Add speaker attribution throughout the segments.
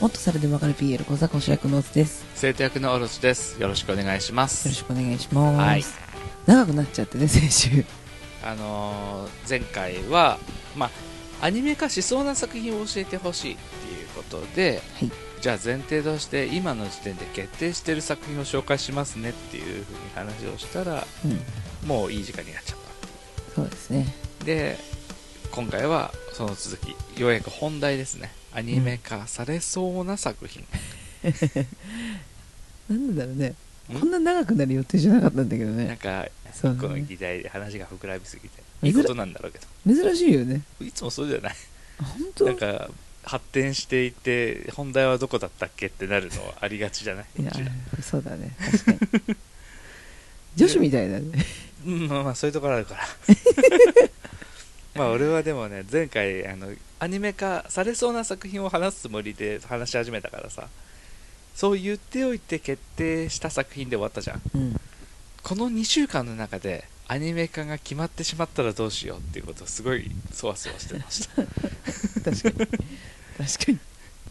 Speaker 1: もっと猿でもわかる PL 小坂主役のオズですよ
Speaker 2: 生徒役のオロチですよろしくお願いします
Speaker 1: ろしくお願いします、
Speaker 2: はい
Speaker 1: 長くなっちゃってね先週
Speaker 2: あのー前回はまあアニメ化しそうな作品を教えてほしいっていうことで、
Speaker 1: はい
Speaker 2: じゃあ前提として今の時点で決定してる作品を紹介しますねっていうふうに話をしたら
Speaker 1: うん
Speaker 2: もういい時間になっちゃっ
Speaker 1: そうですね
Speaker 2: たで今回はその続きようやく本題ですねアニメ化されそうな作品、
Speaker 1: なんでだろうね
Speaker 2: ん
Speaker 1: こんな長くなる予定じゃなかったんだけど
Speaker 2: なん
Speaker 1: ね
Speaker 2: か
Speaker 1: そう
Speaker 2: こ
Speaker 1: だ
Speaker 2: の
Speaker 1: ね
Speaker 2: 議題で話が膨らみすぎて
Speaker 1: 珍
Speaker 2: いいことなんだろうけど
Speaker 1: 珍しいよね
Speaker 2: いつもそうじゃない
Speaker 1: 本当
Speaker 2: なんか発展していて本題はどこだったっけってなるのはありがちじゃない
Speaker 1: いや
Speaker 2: うちら
Speaker 1: そうだ ね確かに女子みたいだね
Speaker 2: うんまあまあそういうところあるからまあ俺はでもね前回あのアニメ化されそうな作品を話すつもりで話し始めたからさそう言っておいて決定した作品で終わったじゃん
Speaker 1: うん
Speaker 2: この2週間の中でアニメ化が決まってしまったらどうしようっていうことをすごいそわそわしてました
Speaker 1: 確かに確かに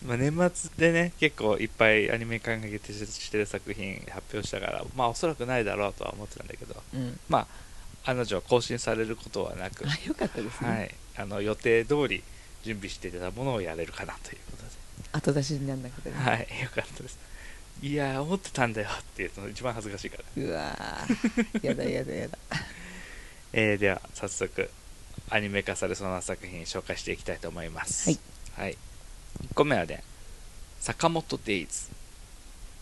Speaker 2: まあ年末でね結構いっぱいアニメ化が決定してる作品発表したからまあおそらくないだろうとは思ってたんだけど
Speaker 1: うん
Speaker 2: まあ彼女は更新されることはなく
Speaker 1: あよかったですね、
Speaker 2: はい、あの予定通り準備していたものをやれるかなということ
Speaker 1: 後出しになんなくて
Speaker 2: で、
Speaker 1: ね、
Speaker 2: はい、よかったです。いやー、思ってたんだよっていうのが一番恥ずかしいから。
Speaker 1: うわーやだやだや だ
Speaker 2: えーでは、早速、アニメ化されそうな作品紹介していきたいと思います。
Speaker 1: はい。
Speaker 2: はい、1個目はね、坂本デイズ。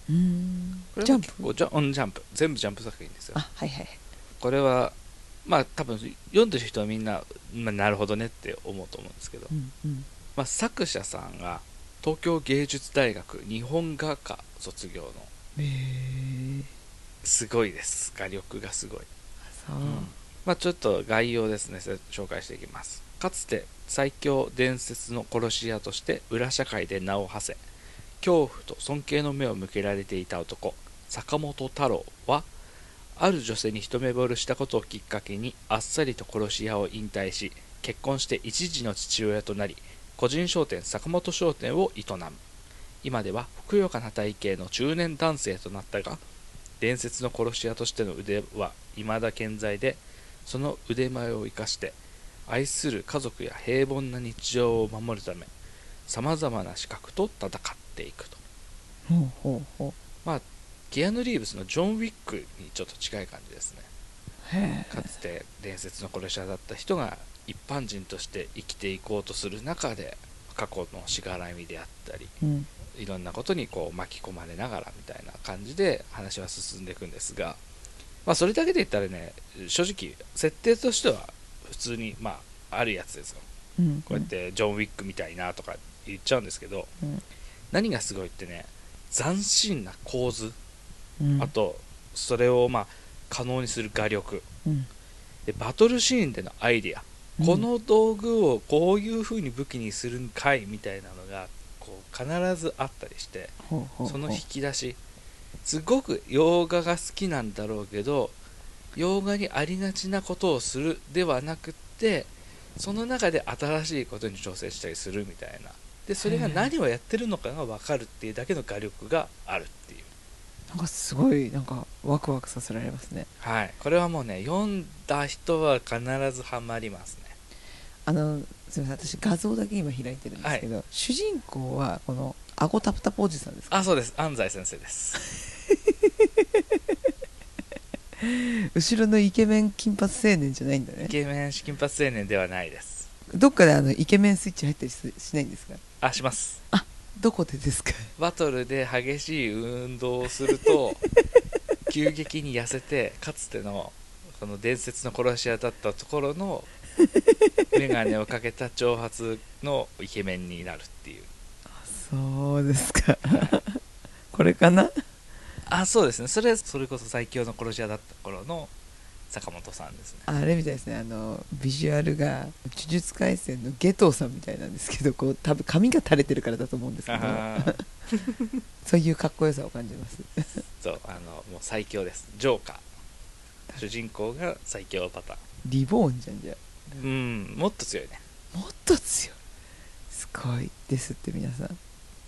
Speaker 1: うーん
Speaker 2: これ
Speaker 1: ジャ
Speaker 2: は
Speaker 1: ン
Speaker 2: 結
Speaker 1: プ
Speaker 2: 構ジャンうんジャンプ、全部ジャンプ作品ですよ
Speaker 1: あ。はいはいはい
Speaker 2: これは、まあ多分読んでる人はみんな、まあなるほどねって思うと思うんですけど
Speaker 1: う、んうん
Speaker 2: まあ、作者さんが東京芸術大学日本画科卒業の
Speaker 1: へえ
Speaker 2: すごいです画力がすごい、
Speaker 1: そう、
Speaker 2: まあ、ちょっと概要ですねせ紹介していきますかつて最強伝説の殺し屋として裏社会で名を馳せ恐怖と尊敬の目を向けられていた男坂本太郎はある女性に一目惚れしたことをきっかけにあっさりと殺し屋を引退し結婚して一児の父親となり個人商店坂本商店を営む今ではふくよかな体型の中年男性となったが伝説の殺し屋としての腕は未だ健在でその腕前を生かして愛する家族や平凡な日常を守るためさまざまな資格と戦っていくと
Speaker 1: ほうほうほ
Speaker 2: キアヌ・リーブスのジョン・ウィックにちょっと近い感じですね
Speaker 1: うへ
Speaker 2: かつて伝説の殺し屋だった人が一般人として生きていこうとする中で過去のしがらみであったり
Speaker 1: えうん
Speaker 2: いろんなことにこう巻き込まれながらみたいな感じで話は進んでいくんですが、まあ、それだけで言ったらね正直設定としては普通に、まあ、あるやつですよ
Speaker 1: うん
Speaker 2: こうやってジョン・ウィックみたいなとか言っちゃうんですけど、
Speaker 1: うん
Speaker 2: 何がすごいってね斬新な構図、
Speaker 1: うん
Speaker 2: あとそれをまあ可能にする画力
Speaker 1: うん
Speaker 2: でバトルシーンでのアイディアこの道具をこういう風に武器にするんかいみたいなのがこう必ずあったりして、
Speaker 1: ほうほうほう
Speaker 2: その引き出しすごく洋画が好きなんだろうけど洋画にありがちなことをするではなくってその中で新しいことに挑戦したりするみたいなでそれが
Speaker 1: へえ
Speaker 2: 何をやってるのかが分かるっていうだけの画力があるっていう、
Speaker 1: なんかすごいなんかワクワクさせられますね
Speaker 2: はい、これはもうね読んだ人は必ずハマりますね
Speaker 1: あのすみません私画像だけ今開いてるんですけど、主人公はこの顎タプタプおじさんですか
Speaker 2: あそうです安西先生です
Speaker 1: 後ろのイケメン金髪青年じゃないんだね
Speaker 2: イケメン金髪青年ではないです
Speaker 1: どっかであのイケメンスイッチ入ったりししないんですか
Speaker 2: あします
Speaker 1: どこでですか
Speaker 2: バトルで激しい運動をする と急激に痩せてかつてのこの伝説の殺し屋だったところの眼鏡をかけた長髪のイケメンになるっていう
Speaker 1: そうですか これかな
Speaker 2: あそうですねそれそれこそ最強の殺し屋だった頃の坂本さんですね
Speaker 1: あれみたいですねあのビジュアルが「呪術廻戦」のゲトウさんみたいなんですけどこう多分髪が垂れてるからだと思うんですけど
Speaker 2: あー
Speaker 1: そういうかっこよさを感じます
Speaker 2: そうあのもう最強ですジョーカー主人公が最強パター
Speaker 1: リボーンじゃんじゃあ
Speaker 2: ンうんもっと強いね
Speaker 1: もっと強いすごいですって皆さん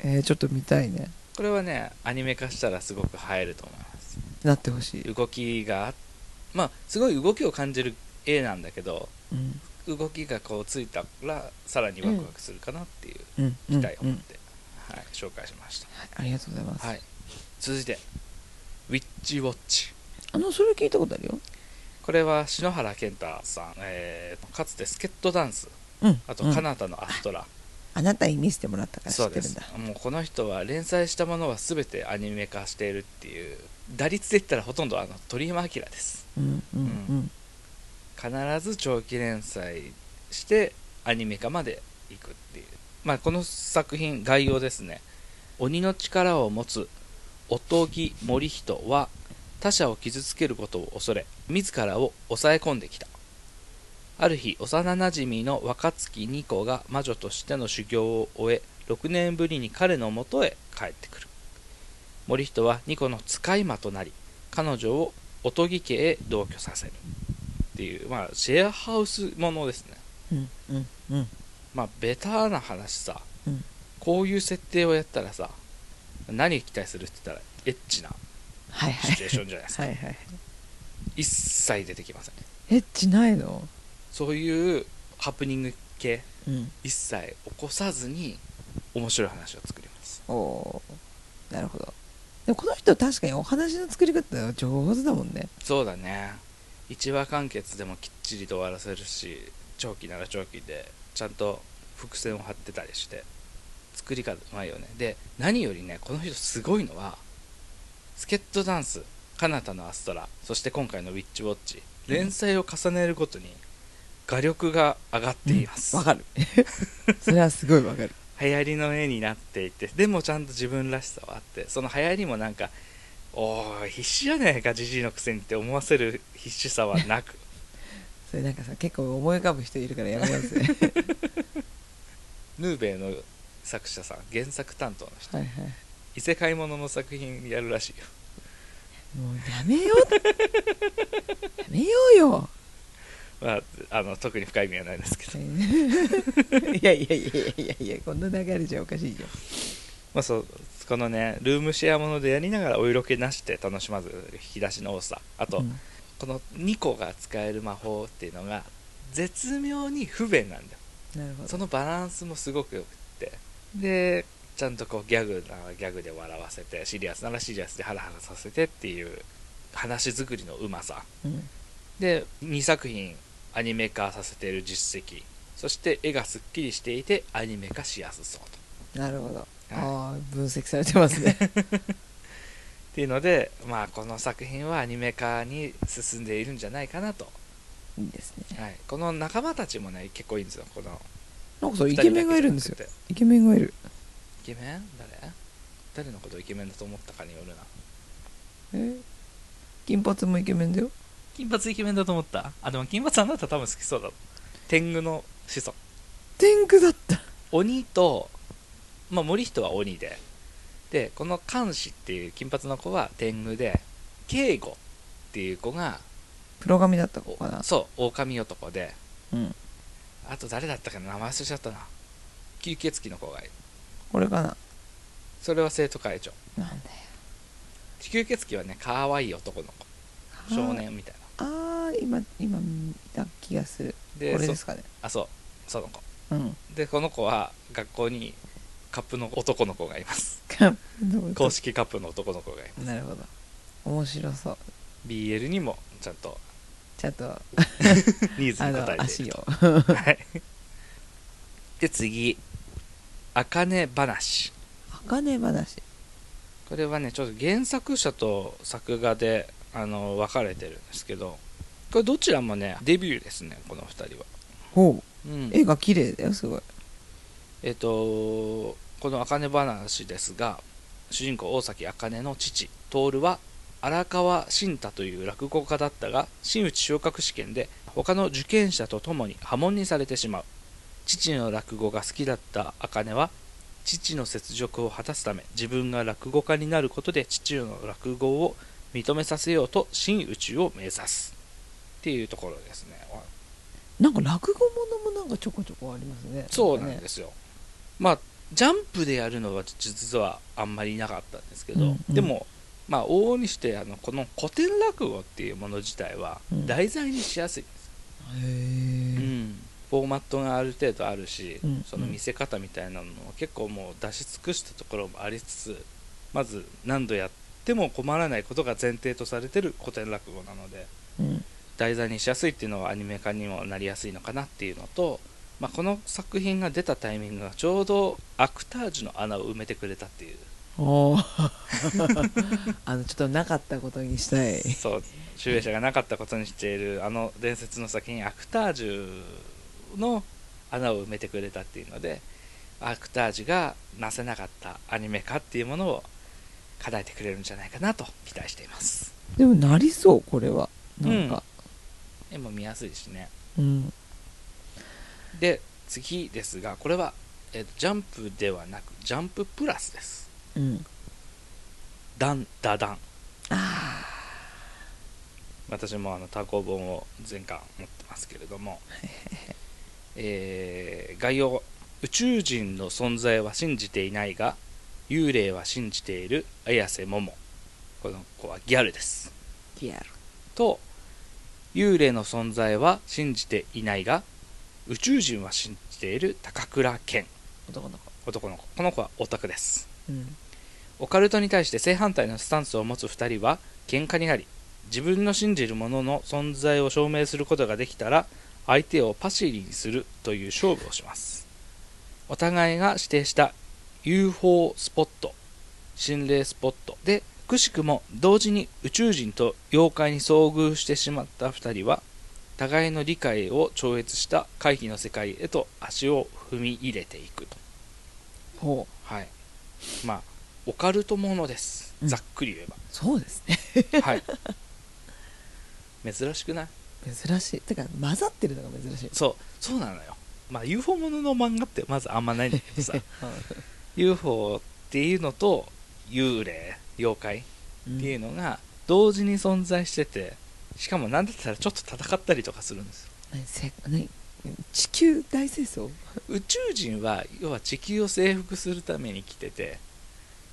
Speaker 1: えー、ちょっと見たいね
Speaker 2: これはねアニメ化したらすごく映えると思います
Speaker 1: なってほしい、
Speaker 2: 動きがまあすごい動きを感じる絵なんだけど
Speaker 1: うん
Speaker 2: 動きがこうついたらさらにワクワクするかなっていう
Speaker 1: うん
Speaker 2: 期待を
Speaker 1: うんう
Speaker 2: 持っ
Speaker 1: ん、
Speaker 2: て、はい、紹介しました
Speaker 1: はいありがとうございます、
Speaker 2: はい、続いて「ウィッチウォッチ
Speaker 1: あのそれ聞いたことあるよ」
Speaker 2: これは篠原健太さん、えーかつてスケットダンス
Speaker 1: うん
Speaker 2: あ
Speaker 1: う
Speaker 2: と
Speaker 1: ん
Speaker 2: カナダのアストラ、
Speaker 1: あなたに見せてもらったから知
Speaker 2: そう
Speaker 1: って
Speaker 2: で
Speaker 1: るん
Speaker 2: す
Speaker 1: だ
Speaker 2: もうこの人は連載したものは全てアニメ化しているっていう打率で言ったらほとんどあの鳥山明です
Speaker 1: うんうんうん
Speaker 2: 必ず長期連載してアニメ化までいくっていう、まあ、この作品概要ですね鬼の力を持つ音木森人は他者を傷つけることを恐れ自らを抑え込んできたある日幼なじみの若月二子が魔女としての修行を終え6年ぶりに彼のもとへ帰ってくる森人は二子の使い魔となり彼女を音木家へ同居させるっていう、まあ、シェアハウスものですね。
Speaker 1: うんうんうん
Speaker 2: まあ、ベターな話さ、
Speaker 1: うん
Speaker 2: こういう設定をやったらさ、何期待するって言ったら、エッチな
Speaker 1: はいはい
Speaker 2: シチュエーションじゃないですか。
Speaker 1: はいはい
Speaker 2: 一切出てきません。
Speaker 1: エッチないの
Speaker 2: そういうハプニング系、
Speaker 1: うん
Speaker 2: 一切起こさずに、面白い話を作ります。
Speaker 1: おーなるほどでもこの人確かにお話の作り方が上手だもんね
Speaker 2: そうだね。一話完結でもきっちりと終わらせるし、長期なら長期で、ちゃんと伏線を張ってたりして、作り方うまいよね。で、何よりね、この人すごいのは、スケットダンス、カナタのアストラ、そして今回のウィッチウォッチ、
Speaker 1: うん
Speaker 2: 連載を重ねるごとに、画力が上がっています。
Speaker 1: わかる それはすごいわかる
Speaker 2: 流行りの絵になっていてでもちゃんと自分らしさはあってその流行りもなんか「おー必死じゃねえかじじいのくせに」って思わせる必死さはなく
Speaker 1: それなんかさ結構思い浮かぶ人いるからやめよう ぜ
Speaker 2: ヌーベイの作者さん原作担当の人
Speaker 1: はいはい
Speaker 2: 異世界ものの作品やるらしいよ
Speaker 1: もうやめよう やめようよ
Speaker 2: まああの特に深い意味はないですけど、
Speaker 1: いやいやいやいやいやこんな流れじゃおかしいよ
Speaker 2: まあ、そうこのねルームシェアものでやりながらお色気なしで楽しまず引き出しの多さあと、
Speaker 1: うん
Speaker 2: この2個が使える魔法っていうのが絶妙に不便なんだよ
Speaker 1: なるほ
Speaker 2: そ
Speaker 1: ど
Speaker 2: のバランスもすごくよくってでちゃんとこうギャグならギャグで笑わせてシリアスならシリアスでハラハラさせてっていう話作りのうまさ
Speaker 1: うん
Speaker 2: で2作品アニメ化させている実績そして絵がすっきりしていてアニメ化しやすそうとっ
Speaker 1: なるほどああ分析されてますね
Speaker 2: ていうのでまあこの作品はアニメ化に進んでいるんじゃないかなと、
Speaker 1: いいですね
Speaker 2: はい、この仲間たちもね結構いいんですよこの
Speaker 1: なんかそうイケメンがいるんですよ
Speaker 2: 二人だけじゃな
Speaker 1: イ
Speaker 2: くて
Speaker 1: ケメンがいる
Speaker 2: イケメン誰誰のことをイケメンだと思ったかによるな
Speaker 1: え金髪もイケメンだよ
Speaker 2: 金髪イケメンだと思ったあでも金髪あなた多分好きそうだ天狗の子孫
Speaker 1: 天狗だった
Speaker 2: 鬼と、まあ、森人は鬼ででこの監視っていう金髪の子は天狗で慶吾っていう子が
Speaker 1: 黒髪だった
Speaker 2: お
Speaker 1: 子かな
Speaker 2: そう狼男で
Speaker 1: うん
Speaker 2: あと誰だったかな名前忘れちゃったな吸血鬼の子がいる
Speaker 1: これかな
Speaker 2: それは生徒会長
Speaker 1: なんだよ
Speaker 2: 吸血鬼はね可愛い男の子少年みたいな
Speaker 1: ああ今今見た気がする
Speaker 2: で
Speaker 1: これ
Speaker 2: そ
Speaker 1: ですかね
Speaker 2: あそうその子
Speaker 1: うん
Speaker 2: でこの子は学校にカップの男の子がいます公式カップの男の子がい る
Speaker 1: なるほど面白そう
Speaker 2: BL にもちゃんと
Speaker 1: ちょっと
Speaker 2: ニーズ
Speaker 1: あ
Speaker 2: に応
Speaker 1: の
Speaker 2: えてい
Speaker 1: 足
Speaker 2: る
Speaker 1: を
Speaker 2: とはいで次「あかね話
Speaker 1: 茜話」
Speaker 2: これはねちょっと原作者と作画であの分かれてるんですけどこれどちらもねデビューですねこの2人は、
Speaker 1: ほう
Speaker 2: うん
Speaker 1: 絵が綺麗だよすごい
Speaker 2: えっとこの「あかね話」ですが主人公大崎あかねの父徹は荒川慎太という落語家だったが真打ち昇格試験で他の受験者と共に破門にされてしまう父の落語が好きだったあかねは父の雪辱を果たすため自分が落語家になることで父の落語を認めさせようと真打ちを目指すっていうところですね
Speaker 1: なんか落語ものもなんかちょこちょこありますね
Speaker 2: そうなんですよ。まあジャンプでやるのは実はあんまりいなかったんですけど、
Speaker 1: うんうん
Speaker 2: でも、まあ、往々にしてあのこの古典落語っていうもの自体は
Speaker 1: うん
Speaker 2: 題材にしやす
Speaker 1: へ
Speaker 2: い、う
Speaker 1: え
Speaker 2: んフォーマットがある程度あるし、
Speaker 1: うん
Speaker 2: その見せ方みたいなのも結構もう出し尽くしたところもありつつまず何度やっても困らないことが前提とされてる古典落語なので
Speaker 1: うん
Speaker 2: 題材にしやすいっていうのはアニメ化にもなりやすいのかなっていうのと、まあ、この作品が出たタイミングがちょうどアクタージュの穴を埋めてくれたっていう
Speaker 1: おー あのちょっとなかったことにしたい
Speaker 2: そう集英者がなかったことにしているあの伝説の先にアクタージュの穴を埋めてくれたっていうのでアクタージュがなせなかったアニメ化っていうものを叶えてくれるんじゃないかなと期待しています
Speaker 1: でもなりそうこれはなんか
Speaker 2: 絵も見やすいしね
Speaker 1: うん
Speaker 2: で次ですがこれは、えっとジャンプではなくジャンププラスです
Speaker 1: うん
Speaker 2: ダンダダン
Speaker 1: あ
Speaker 2: 私もあの単行本を全巻持ってますけれども、えー概要宇宙人の存在は信じていないが幽霊は信じている綾瀬桃この子はギャルです
Speaker 1: ーリアル
Speaker 2: と幽霊の存在は信じていないが宇宙人は信じている高倉健
Speaker 1: 男の子
Speaker 2: 男の子この子はオタクです
Speaker 1: うん
Speaker 2: オカルトに対して正反対のスタンスを持つ2人は喧嘩になり自分の信じるものの存在を証明することができたら相手をパシリにするという勝負をしますお互いが指定した UFO スポット心霊スポットでくしくも同時に宇宙人と妖怪に遭遇してしまった2人は互いの理解を超越した回避の世界へと足を踏み入れていくと
Speaker 1: ほう
Speaker 2: はい、まあオカルトものです、
Speaker 1: うん
Speaker 2: ざっくり言え
Speaker 1: そうですね
Speaker 2: ばはい珍しくない
Speaker 1: 珍しいてか混ざってるのが珍しい
Speaker 2: そうそうなのよまあ UFO ものの漫画ってまずあんまないんだけど さ
Speaker 1: う
Speaker 2: UFO っていうのと幽霊妖怪
Speaker 1: ん
Speaker 2: っていうのが同時に存在しててしかも何だったらちょっと戦ったりとかするんですよ
Speaker 1: 何せ何地球大清掃
Speaker 2: 宇宙人は要は地球を征服するために来てて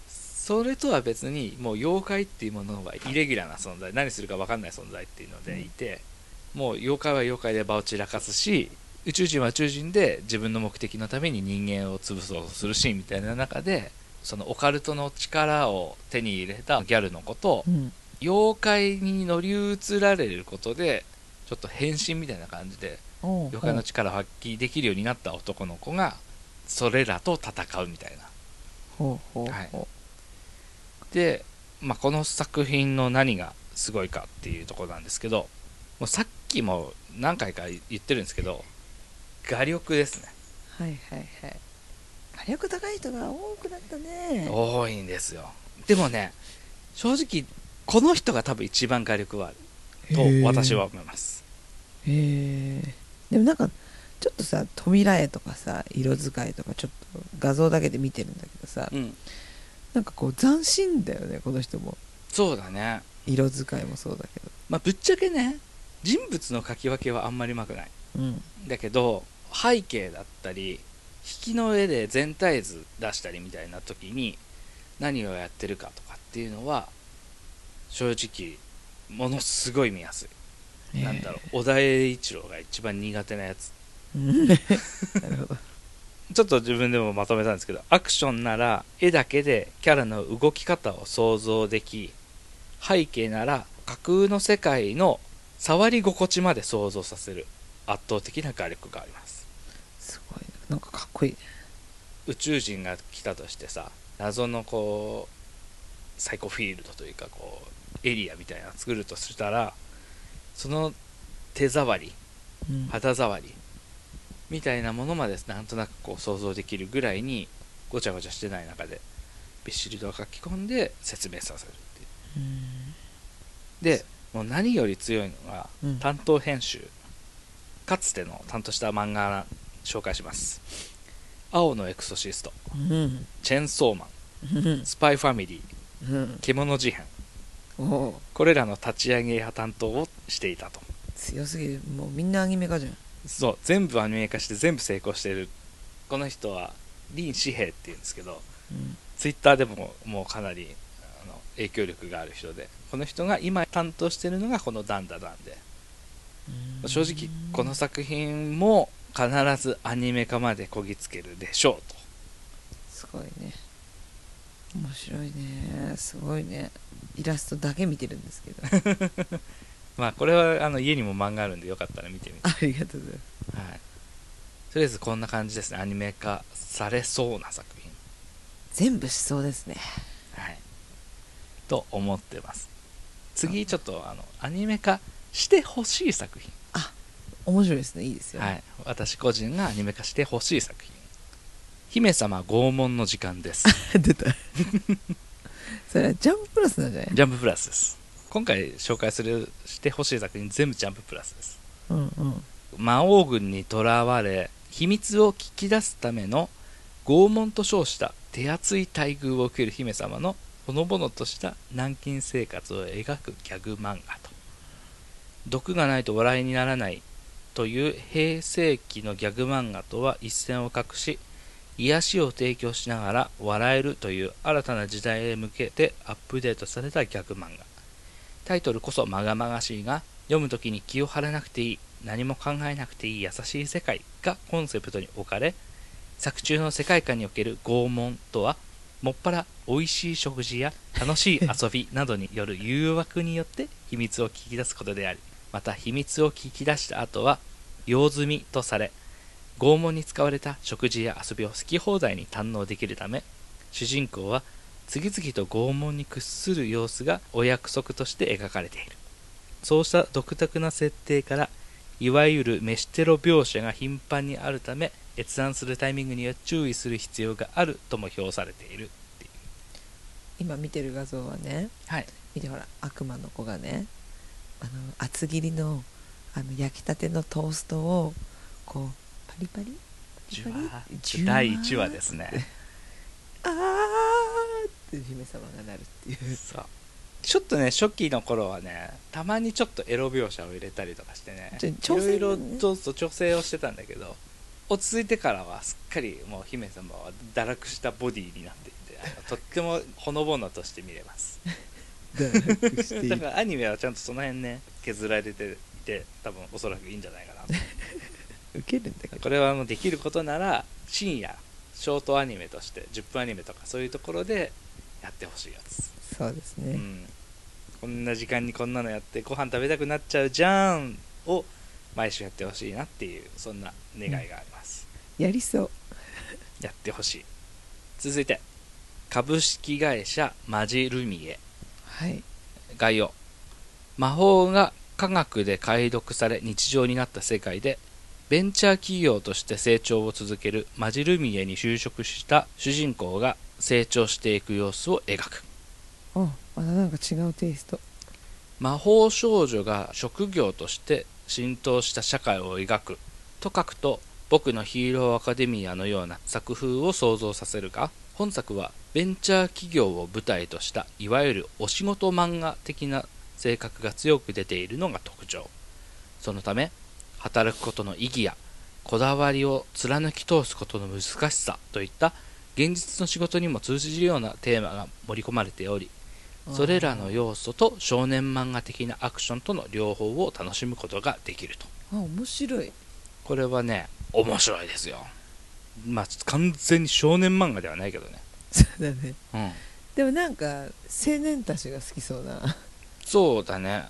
Speaker 2: それとは別にもう妖怪っていうものはイレギュラーな存在何するか分かんない存在っていうのでいて、もう妖怪は妖怪で場を散らかすし宇宙人は宇宙人で自分の目的のために人間を潰そうとするシーンみたいな中でそのオカルトの力を手に入れたギャルの子と
Speaker 1: うん
Speaker 2: 妖怪に乗り移られることでちょっと変身みたいな感じで
Speaker 1: おう
Speaker 2: 妖怪の力を発揮できるようになった男の子がそれらと戦うみたいな
Speaker 1: ほうほう
Speaker 2: はい
Speaker 1: ほ
Speaker 2: で、まあ、この作品の何がすごいかっていうところなんですけどもうさっきも何回か言ってるんですけど画力ですね
Speaker 1: うはいはいはい火力高い人が多くなったね
Speaker 2: 多いんですよでもね正直この人が多分一番画力はあると私は思います
Speaker 1: へえでもなんかちょっとさ扉絵とかさ色使いとかちょっと画像だけで見てるんだけどさ
Speaker 2: うん
Speaker 1: なんかこう斬新だよねこの人も
Speaker 2: そうだね
Speaker 1: 色使いもそうだけど
Speaker 2: まあぶっちゃけね人物の描き分けはあんまりうまくない
Speaker 1: うん
Speaker 2: だけど背景だったり引きの絵で全体図出したりみたいな時に何をやってるかとかっていうのは正直ものすごい見やすい、なんだろう小田栄一郎が一番苦手なやつ
Speaker 1: うなるほど
Speaker 2: ちょっと自分でもまとめたんですけどアクションなら絵だけでキャラの動き方を想像でき背景なら架空の世界の触り心地まで想像させる圧倒的な画力があります
Speaker 1: すごいななんかかっこいいね
Speaker 2: 宇宙人が来たとしてさ謎のこうサイコフィールドというかこうエリアみたいなの作るとしたらその手触り
Speaker 1: うん
Speaker 2: 肌触りみたいなものまでなんとなくこう想像できるぐらいにごちゃごちゃしてない中でビシリと書き込んで説明させるっていうでもう何より強いのが
Speaker 1: うん
Speaker 2: 担当編集、かつての担当した漫画紹介します「青のエクソシスト」
Speaker 1: うん
Speaker 2: チェンソーマン、
Speaker 1: うん
Speaker 2: スパイファミリー、
Speaker 1: うん
Speaker 2: 獣事変、
Speaker 1: おう
Speaker 2: これらの立ち上げ派担当をしていたと。
Speaker 1: 強すぎるもうみんなアニメ化じゃん
Speaker 2: そう、全部アニメ化して全部成功してる。この人は林志平っていうんですけど
Speaker 1: うん
Speaker 2: ツイッターでももうかなりあの影響力がある人でこの人が今担当してるのがこの「ダンダダン」で
Speaker 1: うん
Speaker 2: 正直この作品も必ずアニメ化までこぎつけるでしょうと
Speaker 1: すごいね面白いねすごいねイラストだけ見てるんです けど
Speaker 2: まあこれはあの家にも漫画あるんでよかったら見てみて、
Speaker 1: ありがとうございます
Speaker 2: はい、とりあえずこんな感じですねアニメ化されそうな作品
Speaker 1: 全部しそうですね
Speaker 2: はいと思ってます次ちょっとあのアニメ化してほしい作品
Speaker 1: 面白いですねいいですよ、
Speaker 2: はい、私個人がアニメ化してほしい作品「姫様拷問の時間」 です
Speaker 1: 出た それはジャンププラスなんじゃない
Speaker 2: ジャンププラスです今回紹介するしてほしい作品全部ジャンププラスです
Speaker 1: うんうん
Speaker 2: 魔王軍にとらわれ秘密を聞き出すための拷問と称した手厚い待遇を受ける姫様のほのぼのとした軟禁生活を描くギャグ漫画と毒がないと笑いにならないという平成期のギャグ漫画とは一線を画し癒しを提供しながら笑えるという新たな時代へ向けてアップデートされたギャグ漫画タイトルこそまがまがしいが読むときに気を張らなくていい何も考えなくていい優しい世界がコンセプトに置かれ作中の世界観における拷問とはもっぱら美味しい食事や楽しい遊びなどによる誘惑によって秘密を聞き出すことでありまた秘密を聞き出した後は用済みとされ拷問に使われた食事や遊びを好き放題に堪能できるため主人公は次々と拷問に屈する様子がお約束として描かれているそうした独特な設定からいわゆる飯テロ描写が頻繁にあるため閲覧するタイミングには注意する必要があるとも評されているっていう
Speaker 1: 今見てる画像はね
Speaker 2: はい
Speaker 1: 見てほら悪魔の子がねあの厚切りのあの焼きたてのトーストをこうパリパリ
Speaker 2: じ
Speaker 1: パ
Speaker 2: わ
Speaker 1: リパリ
Speaker 2: ー第1話ですね
Speaker 1: あーって姫様がなるっていう
Speaker 2: そうちょっとね初期の頃はねたまにちょっとエロ描写を入れたりとかしてね
Speaker 1: ちょ
Speaker 2: い
Speaker 1: 調
Speaker 2: ろ
Speaker 1: 整
Speaker 2: いろ
Speaker 1: ね
Speaker 2: とそう調整をしてたんだけど落ち着いてからはすっかりもう姫様は堕落したボディになっていてあのとってもほのぼのとして見れます
Speaker 1: 堕落してい
Speaker 2: だ
Speaker 1: る
Speaker 2: からアニメはちゃんとその辺ね削られていて多分おそらくいいんじゃないかなと
Speaker 1: ウケるんだけど
Speaker 2: これはもうできることなら深夜ショートアニメとして10分アニメとかそういうところでやってほしいやつ、
Speaker 1: そうです
Speaker 2: う
Speaker 1: ね、
Speaker 2: ん、こんな時間にこんなのやってご飯食べたくなっちゃうじゃんを毎週やってほしいなっていうそんな願いがあります、
Speaker 1: やりそう
Speaker 2: やってほしい続いて株式会社マジルミエ
Speaker 1: はい
Speaker 2: 概要魔法が科学で解読され日常になった世界でベンチャー企業として成長を続けるマジルミエに就職した主人公が成長していく様子を描く
Speaker 1: あまたなんか違うテイスト
Speaker 2: 魔法少女が職業として浸透した社会を描くと書くと僕のヒーローアカデミアのような作風を想像させるが本作はベンチャー企業を舞台としたいわゆるお仕事漫画的な性格が強く出ているのが特徴そのため働くことの意義やこだわりを貫き通すことの難しさといった現実の仕事にも通じるようなテーマが盛り込まれておりそれらの要素と少年漫画的なアクションとの両方を楽しむことができると
Speaker 1: あ面白い
Speaker 2: これはね面白いですよまあ完全に少年漫画ではないけどね
Speaker 1: そうだね
Speaker 2: うん
Speaker 1: でもなんか青年たちが好きそうな
Speaker 2: そうだね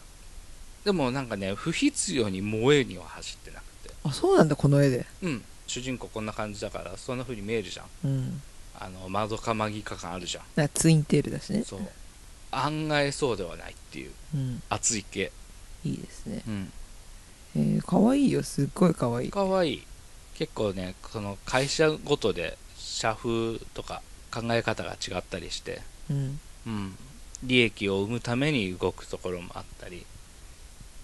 Speaker 2: でもなんかね不必要に萌えには走ってなくて
Speaker 1: あそうなんだこの絵で
Speaker 2: うん主人公こんな感じだからそんな風に見えるじゃん
Speaker 1: うん
Speaker 2: あのまどかまぎか感あるじゃ
Speaker 1: なんかツインテールだしね
Speaker 2: んそう案外そうではないっていう
Speaker 1: うん
Speaker 2: 熱い系
Speaker 1: いいですね
Speaker 2: うん
Speaker 1: えー、かわいいよすっごいかわいい
Speaker 2: かわいい結構ねその会社ごとで社風とか考え方が違ったりして、
Speaker 1: うん
Speaker 2: うん、利益を生むために動くところもあったり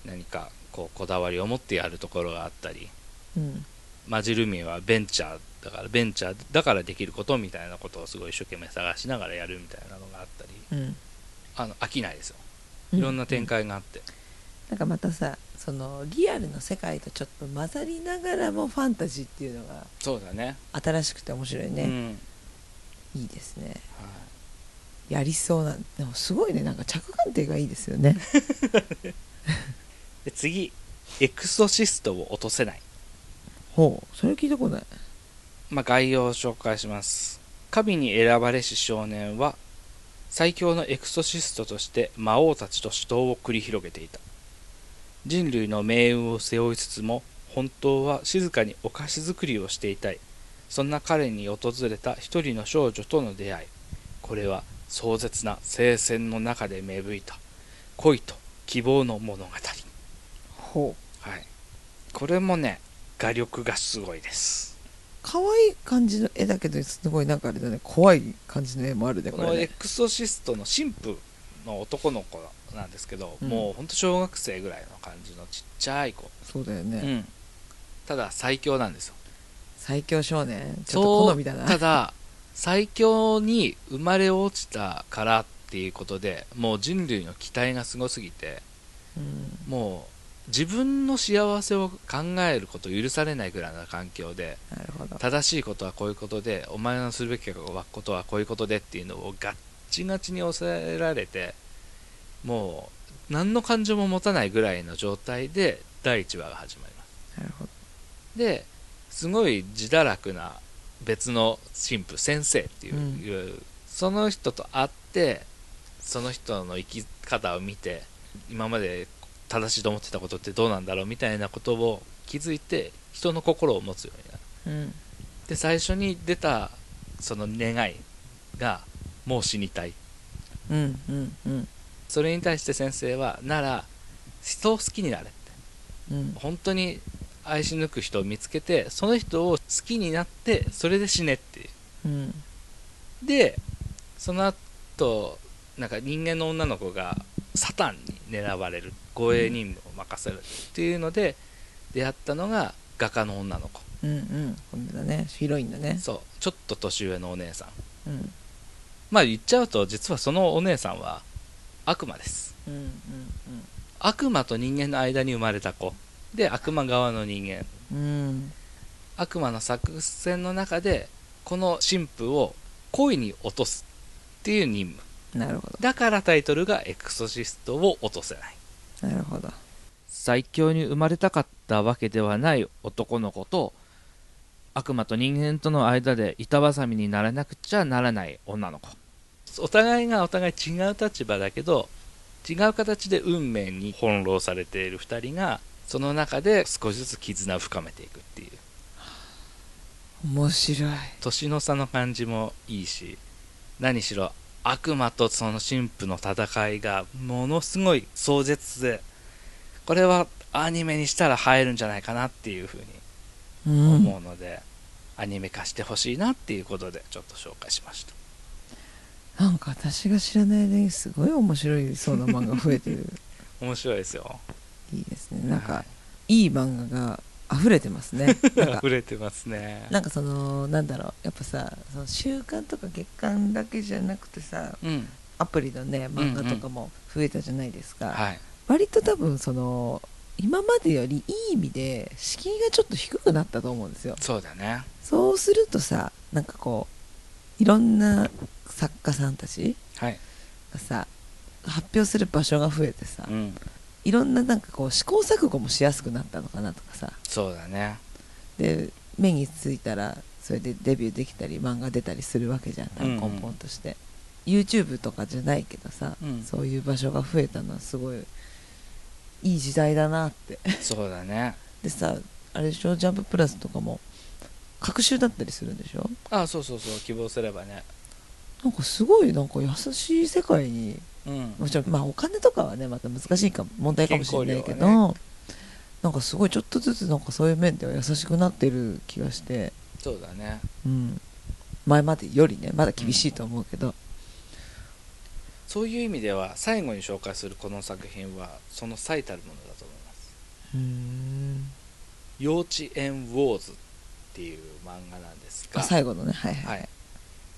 Speaker 2: 何かこうこだわりを持ってやるところがあったり
Speaker 1: うん
Speaker 2: マジルミはベンチャーだからベンチャーだからできることみたいなことをすごい一生懸命探しながらやるみたいなのがあったり
Speaker 1: うん
Speaker 2: あの飽きないですよいろんな展開があって、
Speaker 1: なんかまたさそのリアルの世界とちょっと混ざりながらもファンタジーっていうのが
Speaker 2: そうだね
Speaker 1: 新しくて面白いね
Speaker 2: う、ん
Speaker 1: いいですね
Speaker 2: は
Speaker 1: やりそうなでもすごいねなんか着眼点がいいですよね
Speaker 2: い、で次「エクソシストを落とせない」
Speaker 1: ほうそれ聞いたことない
Speaker 2: まあ、概要を紹介します神に選ばれし少年は最強のエクソシストとして魔王たちと死闘を繰り広げていた人類の命運を背負いつつも本当は静かにお菓子作りをしていたいそんな彼に訪れた一人の少女との出会いこれは壮絶な聖戦の中で芽吹いた恋と希望の物語、
Speaker 1: ほう
Speaker 2: はい、これもね画力がすごいです
Speaker 1: 可愛い感じの絵だけどすごいなんかあれだね怖い感じの絵もあるね
Speaker 2: こ
Speaker 1: これ
Speaker 2: のエ
Speaker 1: ね
Speaker 2: クソシストの神父の男の子なんですけど、
Speaker 1: うん
Speaker 2: もうほんと小学生ぐらいの感じのちっちゃい子、
Speaker 1: そうだよね、
Speaker 2: うんただ最強なんですよ
Speaker 1: 最強少年ちょっと好みだな
Speaker 2: そうただ最強に生まれ落ちたからっていうことでもう人類の期待がすごすぎて
Speaker 1: うん
Speaker 2: もう自分の幸せを考えること許されないぐらいの環境で
Speaker 1: なるほど
Speaker 2: 正しいことはこういうことでお前のするべきことはこういうことでっていうのをガッチガチに抑えられてもう何の感情も持たないぐらいの状態で第1話が始まりま
Speaker 1: なるほど
Speaker 2: すですごい自堕落な別の神父先生っていう、
Speaker 1: うん
Speaker 2: いうその人と会ってその人の生き方を見て今まで正しいと思ってたことってどうなんだろうみたいなことを気づいて人の心を持つようになる
Speaker 1: うん
Speaker 2: で最初に出たその願いがもう死にたい
Speaker 1: うんうんうん
Speaker 2: それに対して先生はなら人を好きになれって
Speaker 1: うん
Speaker 2: 本当に愛し抜く人を見つけてその人を好きになってそれで死ねってい
Speaker 1: う
Speaker 2: う
Speaker 1: ん
Speaker 2: でその後なんか人間の女の子がサタンに狙われる護衛任務を任せるっていうので出会ったのが画家の女の子
Speaker 1: うんうんこれだねヒロインだね
Speaker 2: そうちょっと年上のお姉さん
Speaker 1: うん
Speaker 2: まあ言っちゃうと実はそのお姉さんは悪魔です
Speaker 1: うんうん
Speaker 2: 悪魔と人間の間に生まれた子で悪魔側の人間
Speaker 1: うんうん
Speaker 2: 悪魔の作戦の中でこの神父を恋に落とすっていう任務
Speaker 1: なるほど
Speaker 2: だからタイトルが「エクソシストを落とせない」
Speaker 1: なるほど
Speaker 2: 最強に生まれたかったわけではない男の子と悪魔と人間との間で板挟みにならなくちゃならない女の子お互いがお互い違う立場だけど違う形で運命に翻弄されている2人がその中で少しずつ絆を深めていくっていう
Speaker 1: 面白い
Speaker 2: 年の差の感じもいいし何しろ悪魔とその神父の戦いがものすごい壮絶でこれはアニメにしたら映えるんじゃないかなっていうふうに
Speaker 1: うん
Speaker 2: 思うので、アニメ化してほしいなっていうことでちょっと紹介しました
Speaker 1: なんか私が知らない間にすごい面白いそうな漫画増えてる
Speaker 2: 面白いですよ
Speaker 1: いいですねなん
Speaker 2: は
Speaker 1: かいい漫画が溢れてますねなんか
Speaker 2: 溢れてますね
Speaker 1: なんかそのなんだろうやっぱさその週刊とか月刊だけじゃなくてさ
Speaker 2: うん
Speaker 1: アプリのね漫画とかも増えたじゃないですか、
Speaker 2: はい
Speaker 1: 割と多分その今までよりいい意味で敷居がちょっと低くなったと思うんですよ
Speaker 2: そうだね
Speaker 1: そうするとさなんかこういろんな作家さんたち
Speaker 2: はい、
Speaker 1: がさ発表する場所が増えてさ、
Speaker 2: うん、
Speaker 1: いろんななんかこう試行錯誤もしやすくなったのかなとかさ
Speaker 2: そうだね
Speaker 1: で目についたらそれでデビューできたり漫画出たりするわけじゃん多分
Speaker 2: うんうん
Speaker 1: 根本として、YouTube とかじゃないけどさ、
Speaker 2: うん
Speaker 1: そういう場所が増えたのはすごいいい時代だなって
Speaker 2: そうだね
Speaker 1: でさあれでしょ「ジャンププラス」とかも隔週だったりするんでしょ
Speaker 2: あそうそうそう希望すればね
Speaker 1: なんかすごいなんか優しい世界に
Speaker 2: うん
Speaker 1: もちろんまあお金とかはねまた難しいかも問題かもしれないけ
Speaker 2: 健
Speaker 1: ど、
Speaker 2: 康量
Speaker 1: なんかすごいちょっとずつなんかそういう面では優しくなってる気がして
Speaker 2: そうだね
Speaker 1: うん、前までよりねまだ厳しいと思うけど、
Speaker 2: そういう意味では最後に紹介するこの作品はその最たるものだと思います
Speaker 1: うん、
Speaker 2: 幼稚園ウォーズっていう漫画なんですが
Speaker 1: あ最後のねはいはい、
Speaker 2: はい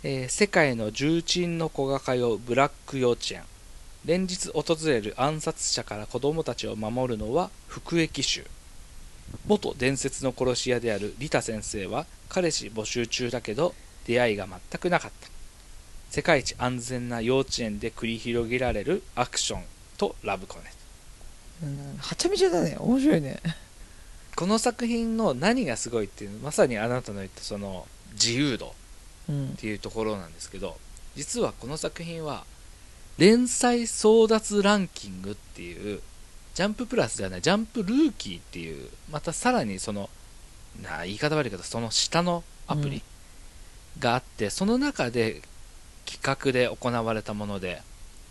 Speaker 2: えー世界の重鎮の子が通うブラック幼稚園連日訪れる暗殺者から子供たちを守るのは服役囚元伝説の殺し屋であるリタ先生は彼氏募集中だけど出会いが全くなかった世界一安全な幼稚園で繰り広げられるアクションとラブコネ
Speaker 1: うんはちゃめちゃだね面白いね
Speaker 2: この作品の何がすごいっていうまさにあなたの言ったその自由度
Speaker 1: うん
Speaker 2: っていうところなんですけど実はこの作品は連載争奪ランキングっていうジャンププラスではないジャンプルーキーっていうまたさらにそのなあ言い方悪いけどその下のアプ
Speaker 1: う
Speaker 2: リ
Speaker 1: ん
Speaker 2: があって、その中で企画で行われたもので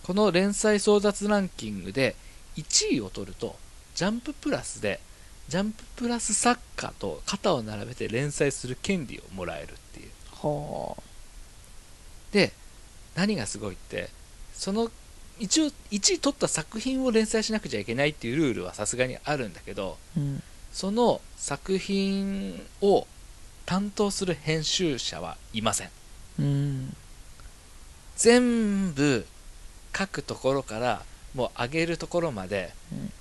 Speaker 2: この連載争奪ランキングで1位を取るとジャンププラスでジャンププラス作家と肩を並べて連載する権利をもらえるっていう
Speaker 1: は
Speaker 2: で何がすごいってその一応1位取った作品を連載しなくちゃいけないっていうルールはさすがにあるんだけど
Speaker 1: あうん
Speaker 2: その作品を担当する編集者はいません
Speaker 1: うん
Speaker 2: 全部書くところからもう上げるところまで
Speaker 1: うん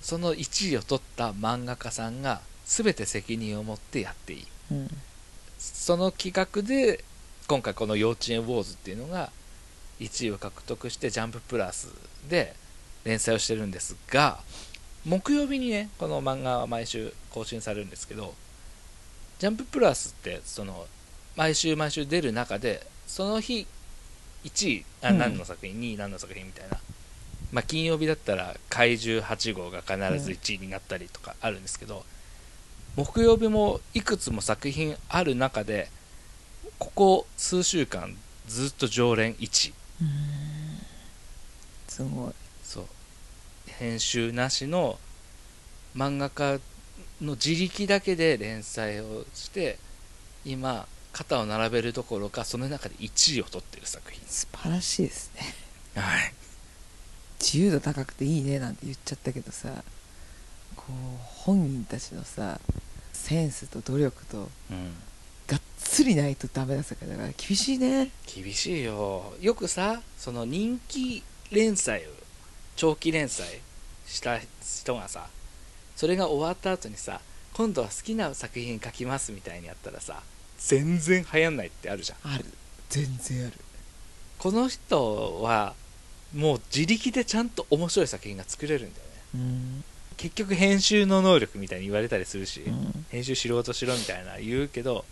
Speaker 2: その1位を取った漫画家さんが全て責任を持ってやっていい
Speaker 1: うん
Speaker 2: その企画で今回この「幼稚園ウォーズ」っていうのが1位を獲得して「ジャンププラス」で連載をしてるんですが木曜日にねこの漫画は毎週更新されるんですけど「ジャンププラス」ってその毎週毎週出る中でその日1位あ
Speaker 1: うん
Speaker 2: 何の作品、2位何の作品みたいな、まあ、金曜日だったら怪獣8号が必ず1位になったりとかあるんですけど、木曜日もいくつも作品ある中でここ数週間ずっと常連1
Speaker 1: すごい
Speaker 2: そう編集なしの漫画家の自力だけで連載をして今肩を並べるどころかその中で1位を取ってる作品
Speaker 1: 素晴らしいですね
Speaker 2: はい
Speaker 1: 自由度高くていいねなんて言っちゃったけどさこう本人たちのさセンスと努力と
Speaker 2: うん
Speaker 1: がっつりないとダメな世界だから厳しいね
Speaker 2: 厳しいよよくさその人気連載を長期連載した人がさそれが終わった後にさ今度は好きな作品書きますみたいにやったらさ全然流行んないってあるじゃん
Speaker 1: ある全然ある
Speaker 2: この人はもう自力でちゃんと面白い作品が作れるんだよね
Speaker 1: うん、
Speaker 2: 結局編集の能力みたいに言われたりするし、
Speaker 1: うん
Speaker 2: 編集しろうとしろみたいな言うけど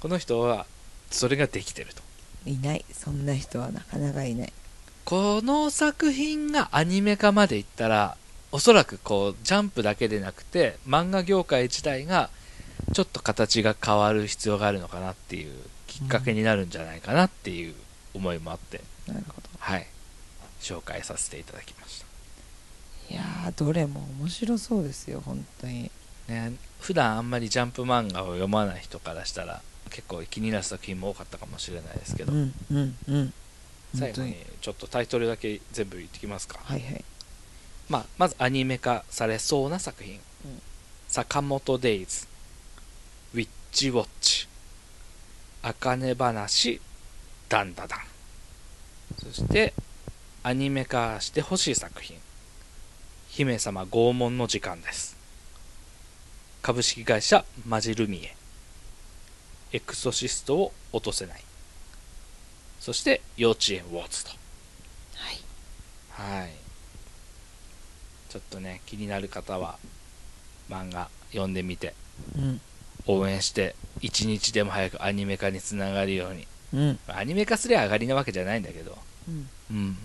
Speaker 2: この人はそれができてると
Speaker 1: いないそんな人はなかなかいない
Speaker 2: この作品がアニメ化までいったらおそらくこうジャンプだけでなくて漫画業界自体がちょっと形が変わる必要があるのかなっていうきっかけになるんじゃないかなっていう思いもあって、
Speaker 1: なるほど
Speaker 2: はい紹介させていただきました
Speaker 1: いやーどれも面白そうですよ本当に
Speaker 2: ね普段あんまりジャンプ漫画を読まない人からしたら結構気になる作品も多かったかもしれないですけ
Speaker 1: う
Speaker 2: ど、
Speaker 1: んうんうん
Speaker 2: 最
Speaker 1: 本
Speaker 2: 後
Speaker 1: 当
Speaker 2: にちょっとタイトルだけ全部言ってきますか
Speaker 1: はいはい
Speaker 2: まあ、まずアニメ化されそうな作品「
Speaker 1: うん
Speaker 2: 坂本デイズ」「ウィッチウォッチ」「あかね話」「ダンダダン」そしてアニメ化してほしい作品「姫様拷問の時間」です株式会社マジルミエエクソシストを落とせないそして幼稚園ウォーズと
Speaker 1: はい
Speaker 2: はい。ちょっとね、気になる方は、漫画読んでみて、
Speaker 1: うん
Speaker 2: 応援して、一日でも早くアニメ化につながるように。
Speaker 1: うん
Speaker 2: アニメ化すりゃ上がりなわけじゃないんだけど、
Speaker 1: うん
Speaker 2: うん。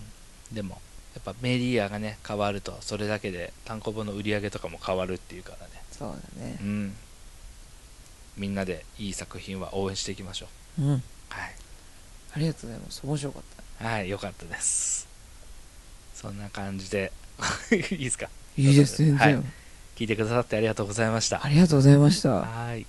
Speaker 2: でも、やっぱメディアがね、変わると、それだけで単行本の売り上げとかも変わるっていうからね。
Speaker 1: そうだね
Speaker 2: うん。みんなでいい作品は応援していきましょう。
Speaker 1: うん
Speaker 2: はい。
Speaker 1: ありがとうございます面白かっ
Speaker 2: はい、よかったです。そんな感じで、 いいですか
Speaker 1: たいいです全然、
Speaker 2: はい聞いてくださってありがとうございました。
Speaker 1: ありがとうございました
Speaker 2: はい。